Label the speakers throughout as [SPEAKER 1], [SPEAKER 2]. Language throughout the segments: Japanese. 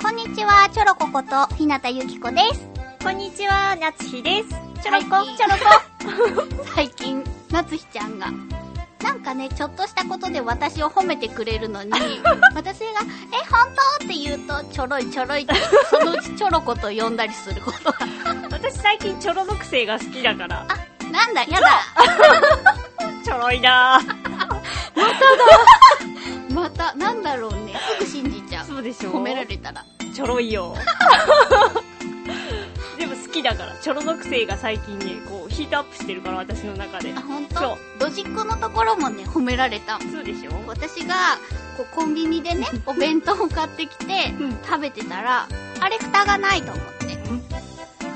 [SPEAKER 1] こんにちはチョロコこと日向ゆきこです
[SPEAKER 2] こんにちは、夏日です。ちょろこ、
[SPEAKER 1] はい
[SPEAKER 2] ちょろこ。
[SPEAKER 3] 最近、夏日ちゃんが、なんかね、ちょっとしたことで私を褒めてくれるの に、私が、え、本当って言うと、ちょろいちょろいって、そのうちちょろこと呼んだりすることが。
[SPEAKER 2] 私最近チョロ属性が好きだから、
[SPEAKER 3] なんだ、やだ、
[SPEAKER 2] チョロいなぁ。
[SPEAKER 3] また、なんだろうね、すぐ信じちゃう。
[SPEAKER 2] そうでしょ
[SPEAKER 3] 褒められたら。
[SPEAKER 2] チョロいよ。 でも好きだから、チョロ属性が最近ね、こう、ヒートアップしてるから、私の中で
[SPEAKER 3] あ、。本
[SPEAKER 2] そ
[SPEAKER 3] 当
[SPEAKER 2] う。
[SPEAKER 3] ドジっ子のところもね、褒められた。
[SPEAKER 2] そうでしょ
[SPEAKER 3] 私が、こう、コンビニ でね、お弁当を買ってきて、
[SPEAKER 2] うん。
[SPEAKER 3] 食べてたら、あれ蓋がないと思って。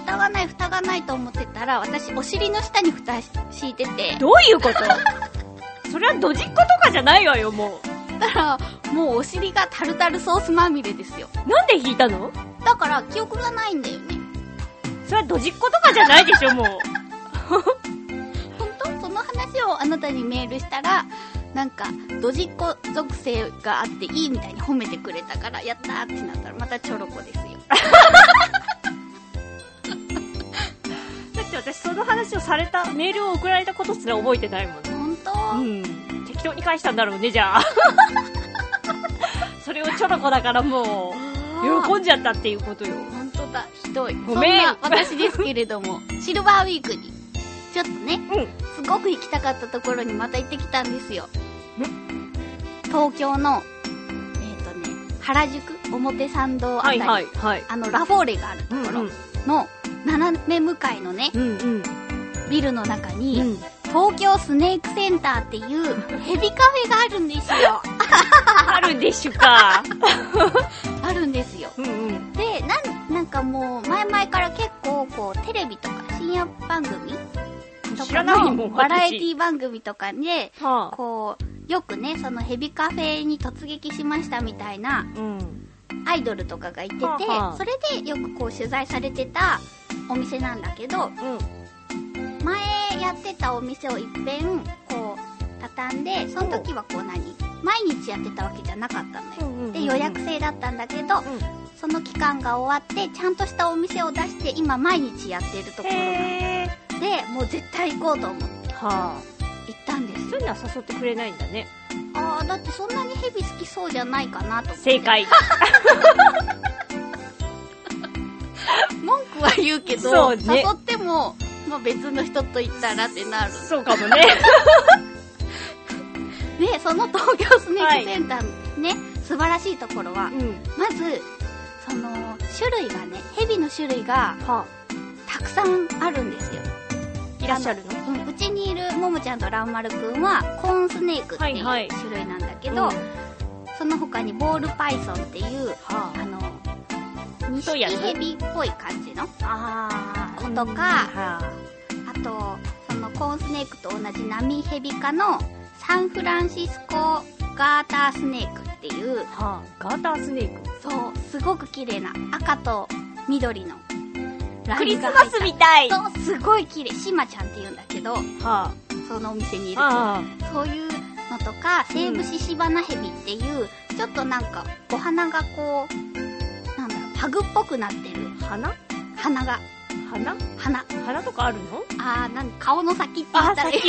[SPEAKER 3] 蓋がない、蓋がないと思ってたら、私、お尻の下に蓋し敷いてて、
[SPEAKER 2] どういうこと それはドジっ子とかじゃないわよ、も
[SPEAKER 3] だから、もうお尻がタルタルソースまみれですよ。
[SPEAKER 2] う。なんで引いたの
[SPEAKER 3] だから、記憶がないんだよね。
[SPEAKER 2] それはドジっ子とかじゃないでしょ、もう。
[SPEAKER 3] 本当その話をあなたにメールしたら、なんか、ドジっ子属性があっていいみたいに褒めてくれたから、やったーってなったら、またチョロコですよ。
[SPEAKER 2] だって私その話をされた、メールを送られたことすら覚えてないもん。
[SPEAKER 3] 本当
[SPEAKER 2] うん。適当に返したんだろうね、じゃあ。 それをチョロコだからもう、喜んじゃったっていうことよ。
[SPEAKER 3] 本当だ、ひどい。
[SPEAKER 2] ごめん
[SPEAKER 3] そんな私ですけれども、シルバーウィークに、ちょっとね、
[SPEAKER 2] う
[SPEAKER 3] すごく行きたかったところにまた行ってきたんですよ。東京の、えっ、とね、原宿表参道あた
[SPEAKER 2] は
[SPEAKER 3] り、
[SPEAKER 2] いはいはい。
[SPEAKER 3] あのラフォーレがあると
[SPEAKER 2] うん
[SPEAKER 3] こ
[SPEAKER 2] う
[SPEAKER 3] ろ
[SPEAKER 2] ん。
[SPEAKER 3] の斜め向かいのね、
[SPEAKER 2] うんうん。
[SPEAKER 3] ビルの中に、
[SPEAKER 2] うん
[SPEAKER 3] 東京スネークセンターっていうヘビカフェがあるんです よ。
[SPEAKER 2] あるんでしゅか。
[SPEAKER 3] あるんですよ。
[SPEAKER 2] うんうん。
[SPEAKER 3] で、なん、なんかもう、前々から結構、こう、テレビとか深夜番組と
[SPEAKER 2] 知
[SPEAKER 3] から
[SPEAKER 2] ないも
[SPEAKER 3] の
[SPEAKER 2] ん、
[SPEAKER 3] バラエテ
[SPEAKER 2] 私。
[SPEAKER 3] ィ番組とかで、
[SPEAKER 2] はあ。
[SPEAKER 3] こう、よくね、そのヘビカフェに突撃しましたみたいな
[SPEAKER 2] うん。
[SPEAKER 3] アイドルとかがいてて
[SPEAKER 2] はあはあ、
[SPEAKER 3] それでよくこう取材されてたお店なんだけど、
[SPEAKER 2] うん。
[SPEAKER 3] 前やってたお店を一遍、こう、畳んで、その時はこう何毎日やってたわけじゃなかったのよ。
[SPEAKER 2] うんうん。
[SPEAKER 3] で、予約制だったんだけど、その期間が終わって、ちゃんとしたお店を出して、今毎日やってるところ
[SPEAKER 2] へ
[SPEAKER 3] で、もう絶対行こうと思って行
[SPEAKER 2] ー。はあ。
[SPEAKER 3] ったんです
[SPEAKER 2] そう
[SPEAKER 3] よ。
[SPEAKER 2] いうのは誘ってくれないんだね。
[SPEAKER 3] あー、だってそんなにヘビ好きそうじゃないかなと思って。
[SPEAKER 2] 正。解。
[SPEAKER 3] 文句は言うけど、
[SPEAKER 2] そうね
[SPEAKER 3] 誘っても、まあ、別の人と行ったらってなる。
[SPEAKER 2] そうかもね。
[SPEAKER 3] で、その東京スネークセンターのね、素晴らしいところは
[SPEAKER 2] う、ん。
[SPEAKER 3] まず、その、種類がね、ヘビの種類が
[SPEAKER 2] は
[SPEAKER 3] たくさんあるんですよ。
[SPEAKER 2] あ。いらっしゃるの
[SPEAKER 3] うん、うちにいるももちゃんとラウマルくんは、コーンスネークっていう
[SPEAKER 2] はいはい
[SPEAKER 3] 種類なんだけ
[SPEAKER 2] け
[SPEAKER 3] ど、
[SPEAKER 2] は
[SPEAKER 3] その他にボールパイソンっていう、
[SPEAKER 2] あ
[SPEAKER 3] あ。の、
[SPEAKER 2] 太
[SPEAKER 3] 錦
[SPEAKER 2] いやつ
[SPEAKER 3] 蛇っぽい感じの
[SPEAKER 2] あ
[SPEAKER 3] 子とか、
[SPEAKER 2] はあ。
[SPEAKER 3] あと、そのコーンスネークと同じ波ヘビ科のサンフランシスコガータースネークっていう、
[SPEAKER 2] はあ。ガータースネーク。
[SPEAKER 3] そう、すごく綺麗な赤と緑のラ
[SPEAKER 2] ク
[SPEAKER 3] イ
[SPEAKER 2] リ
[SPEAKER 3] ン
[SPEAKER 2] ス
[SPEAKER 3] が
[SPEAKER 2] マ
[SPEAKER 3] 入った
[SPEAKER 2] スみたい。は
[SPEAKER 3] そう、すごい綺麗。シマちゃんって言うんだけど、
[SPEAKER 2] あ。
[SPEAKER 3] そのお店にいる子。
[SPEAKER 2] あ
[SPEAKER 3] そういうのとか、セイブシシバナヘビっていう、ちょっとなんか、お花がこう、なんだろう、パグっぽくなってる
[SPEAKER 2] あ。花
[SPEAKER 3] 花が、
[SPEAKER 2] 花
[SPEAKER 3] 花。
[SPEAKER 2] 花とかあるの
[SPEAKER 3] あー、なん顔の先って言ったらいい。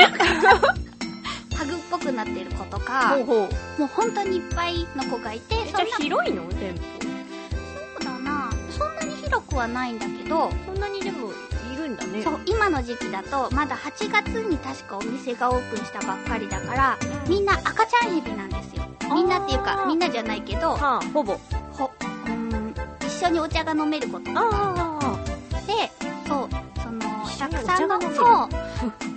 [SPEAKER 3] パグっぽくなってる子とか、
[SPEAKER 2] ほうほう。
[SPEAKER 3] もう本当にいっぱいの子がいて、
[SPEAKER 2] え
[SPEAKER 3] そ
[SPEAKER 2] じゃ
[SPEAKER 3] んな
[SPEAKER 2] あ、広いの店舗。
[SPEAKER 3] そうだな、そんなに広くはないんだけど、
[SPEAKER 2] そんなにでもいるんだね。
[SPEAKER 3] そう、今の時期だと、まだ8月に確かお店がオープンしたばっかりだから、みんな赤ちゃんヘビなんですよ。みんなっていう
[SPEAKER 2] あ
[SPEAKER 3] か、
[SPEAKER 2] ー
[SPEAKER 3] みんなじゃないけど、
[SPEAKER 2] はあ、ほぼ。
[SPEAKER 3] ほ、うーん、一緒にお茶が飲めること
[SPEAKER 2] ああ、
[SPEAKER 3] で、そう、その、
[SPEAKER 2] 一緒
[SPEAKER 3] た
[SPEAKER 2] に
[SPEAKER 3] く
[SPEAKER 2] お
[SPEAKER 3] さ
[SPEAKER 2] 茶
[SPEAKER 3] ん
[SPEAKER 2] が
[SPEAKER 3] の
[SPEAKER 2] 飲め、る
[SPEAKER 3] そう、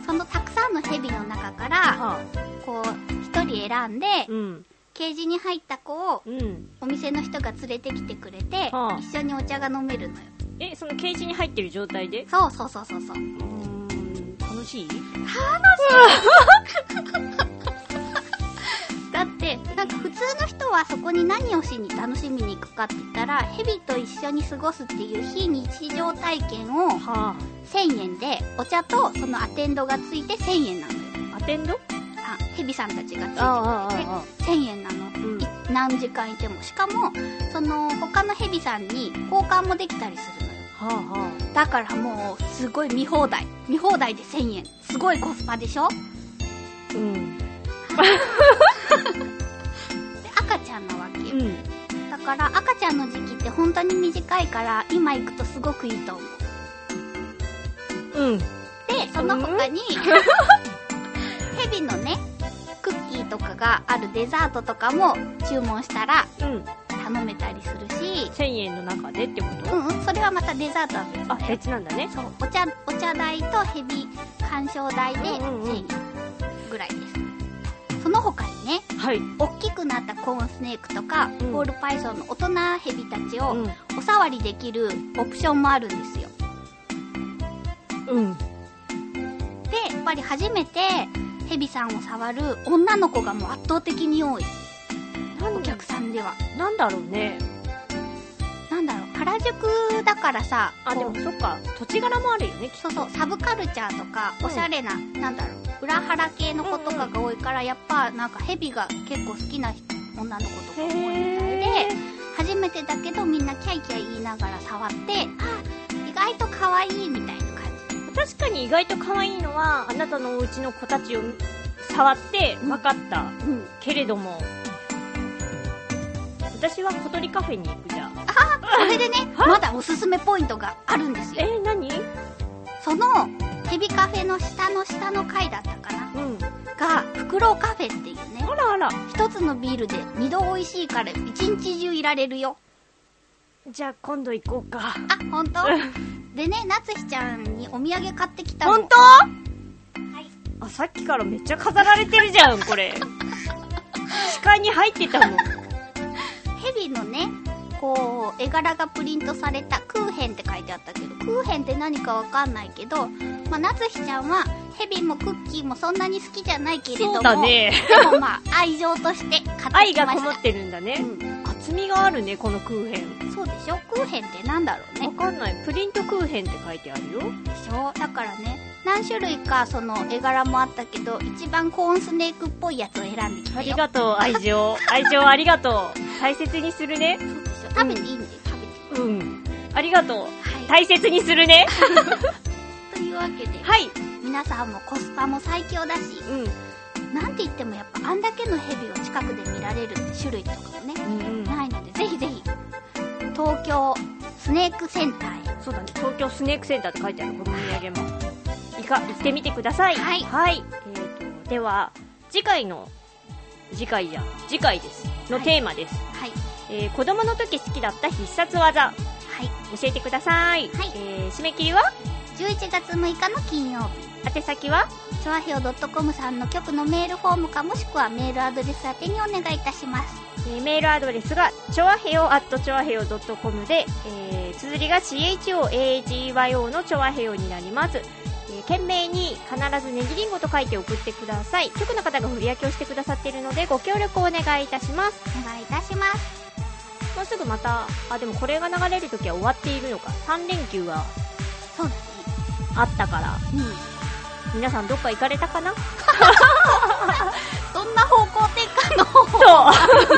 [SPEAKER 3] そのたくさんのヘビの中かから、
[SPEAKER 2] あ
[SPEAKER 3] こう、一人選んで、
[SPEAKER 2] うん
[SPEAKER 3] ケージに入った子を
[SPEAKER 2] うん
[SPEAKER 3] お店の人が連れてきてくれて、
[SPEAKER 2] はあ
[SPEAKER 3] 一緒にお茶が飲めるのよ。
[SPEAKER 2] えそのケージに入ってる状態で
[SPEAKER 3] そうそうそうそうそう。
[SPEAKER 2] うーん楽しい
[SPEAKER 3] だって、なんか普通の人はそこに何をしに楽しみに行くかって言ったら、ヘビと一緒に過ごすっていう非日常体験を
[SPEAKER 2] は
[SPEAKER 3] 1000円で、お茶とそのアテンドがついて1000円なのよ。
[SPEAKER 2] あアテンド
[SPEAKER 3] あ、ヘビさんたちがついてくれて。
[SPEAKER 2] あ
[SPEAKER 3] 1000円なの、
[SPEAKER 2] ん
[SPEAKER 3] い何時間いてもしかもその他のヘビさんに交換もできたりするのよ
[SPEAKER 2] あはあは
[SPEAKER 3] だからもうすごい見放題見放題で1000円すごいコスパでしょで
[SPEAKER 2] あうん
[SPEAKER 3] 赤ちゃんなわけ
[SPEAKER 2] う
[SPEAKER 3] よ
[SPEAKER 2] ん
[SPEAKER 3] だから赤ちゃんの時期って本当に短いから今行くとすごくいいと思う
[SPEAKER 2] うん
[SPEAKER 3] でその他に ヘビのねクッキーとかがあるデザートとかも注文したら
[SPEAKER 2] うん
[SPEAKER 3] 頼めたりするし
[SPEAKER 2] 1000円の中でってこと
[SPEAKER 3] うんうんそれはまたデザートは別だよ
[SPEAKER 2] あ別なんだね
[SPEAKER 3] そうお茶お茶代とヘビ鑑賞代で
[SPEAKER 2] うんうんうん
[SPEAKER 3] 1000円ぐらいですその他にね
[SPEAKER 2] はい
[SPEAKER 3] 大きくなったコーンスネークとか、
[SPEAKER 2] うん
[SPEAKER 3] ポールパイソンの大人ヘビたち
[SPEAKER 2] う
[SPEAKER 3] を
[SPEAKER 2] ん
[SPEAKER 3] おさわりできるオプションもあるんですよ
[SPEAKER 2] うん
[SPEAKER 3] でやっぱり初めてヘビさんを触る女の子がもう圧倒的に多いお客さんでは
[SPEAKER 2] なんだろうね
[SPEAKER 3] なんだろう原宿だからさ
[SPEAKER 2] あで
[SPEAKER 3] こう
[SPEAKER 2] もそっか土地柄もあるよねきっ
[SPEAKER 3] そうそうサブカルチャーとかおしゃれな、なんだろう裏腹系の子とかが多いから、やっぱなんかヘビが結構好きな人女の子と
[SPEAKER 2] と
[SPEAKER 3] かも多いみたいで初めてだけどみんなキャイキャイ言いながら触ってあ意外と可愛いみたいな感じ
[SPEAKER 2] 確かに意外と可愛いのはあなたのお家の子たちを触って分かった、
[SPEAKER 3] うん
[SPEAKER 2] けれども私は小鳥カフェに行くじゃん
[SPEAKER 3] それで ねまだおすすめポイントがあるんです
[SPEAKER 2] え
[SPEAKER 3] よ
[SPEAKER 2] ー、何
[SPEAKER 3] そのヘビカフェの下の下の階だったかな
[SPEAKER 2] うん
[SPEAKER 3] がフクロウカフェっていうね
[SPEAKER 2] あらあら
[SPEAKER 3] 一つのビールで二度美味しいから一日中いられるよ
[SPEAKER 2] じゃあ今度行こうか
[SPEAKER 3] あ、本当？でね、なつひちゃんにお土産買ってきたの。
[SPEAKER 2] 本当
[SPEAKER 3] はい。
[SPEAKER 2] あさっきからめっちゃ飾られてるじゃんこ れ視界に入ってたもん
[SPEAKER 3] ヘビのね、こう、絵柄がプリントされたクーヘンって書いてあったけど、クーヘンって何かわかんないけど、まあ、なつひちゃんは、ヘビもクッキーもそんなに好きじゃないけれど
[SPEAKER 2] そ
[SPEAKER 3] も、
[SPEAKER 2] うだね
[SPEAKER 3] でもまあ、愛情として買って
[SPEAKER 2] 愛
[SPEAKER 3] きました。
[SPEAKER 2] がこもってるんだね、厚みがあるねこのクーヘン
[SPEAKER 3] うん、そうでしょクーヘンってなんだろうね
[SPEAKER 2] わ。かんないプリントクーヘンって書いてあるよ
[SPEAKER 3] でしょだからね、何種類かその絵柄もあったけど、一番コーンスネークっぽいやつを選んでき
[SPEAKER 2] あ
[SPEAKER 3] た
[SPEAKER 2] り
[SPEAKER 3] よ。
[SPEAKER 2] がとう愛情愛情ありがとう大切にするね
[SPEAKER 3] そうでしょ食べていいんで、食べて。
[SPEAKER 2] うんありがとう
[SPEAKER 3] はい。
[SPEAKER 2] 大切にする ね
[SPEAKER 3] というわけで、
[SPEAKER 2] はい
[SPEAKER 3] 皆さんもコスパも最強だし、
[SPEAKER 2] うん
[SPEAKER 3] なんて言ってもやっぱあんだけのヘビを近くで見られる種類とかもね、
[SPEAKER 2] うん
[SPEAKER 3] ないので、ぜひぜひ、東京スネークセンターへ。
[SPEAKER 2] そうだね東京スネークセンターって書いてあるこのお土産もいか行ってみてください
[SPEAKER 3] はい
[SPEAKER 2] えー、とでは次回の次回じゃ次回ですの
[SPEAKER 3] はい
[SPEAKER 2] テーマです、
[SPEAKER 3] はい。
[SPEAKER 2] えー、子供の時好きだった必殺技
[SPEAKER 3] はい。
[SPEAKER 2] 教えてください、
[SPEAKER 3] はい
[SPEAKER 2] えー、締め切りは
[SPEAKER 3] 11月6日の金曜日、
[SPEAKER 2] 宛先は
[SPEAKER 3] チョアヘオ .com さんの局のメールフォームかもしくはメールアドレス宛てにお願いいたします。
[SPEAKER 2] えーメールアドレスが、ちょわへよ at ちょわへよ .com で、えー、綴りが CHOAGYO のちょわへよになります。えー、懸命に必ずねじりんごと書いて送ってください。局の方が振り分けをしてくださっているので、ご協力をお願いいたします。
[SPEAKER 3] お願いいたします。
[SPEAKER 2] もうすぐまた、あ、でもこれが流れる時は終わっているのか。3連休が
[SPEAKER 3] そうだね。
[SPEAKER 2] あったから、
[SPEAKER 3] うん。
[SPEAKER 2] 皆さんどっか行かれた かな
[SPEAKER 3] そんな方向転換の方法
[SPEAKER 2] そう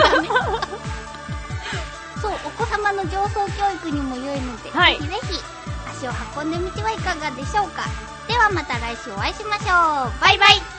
[SPEAKER 3] そう、お子様の上層教育にも良いので、
[SPEAKER 2] はい
[SPEAKER 3] ぜひぜひ足を運んでみてはいかがでしょうか。ではまた来週お会いしましょう。バイバイ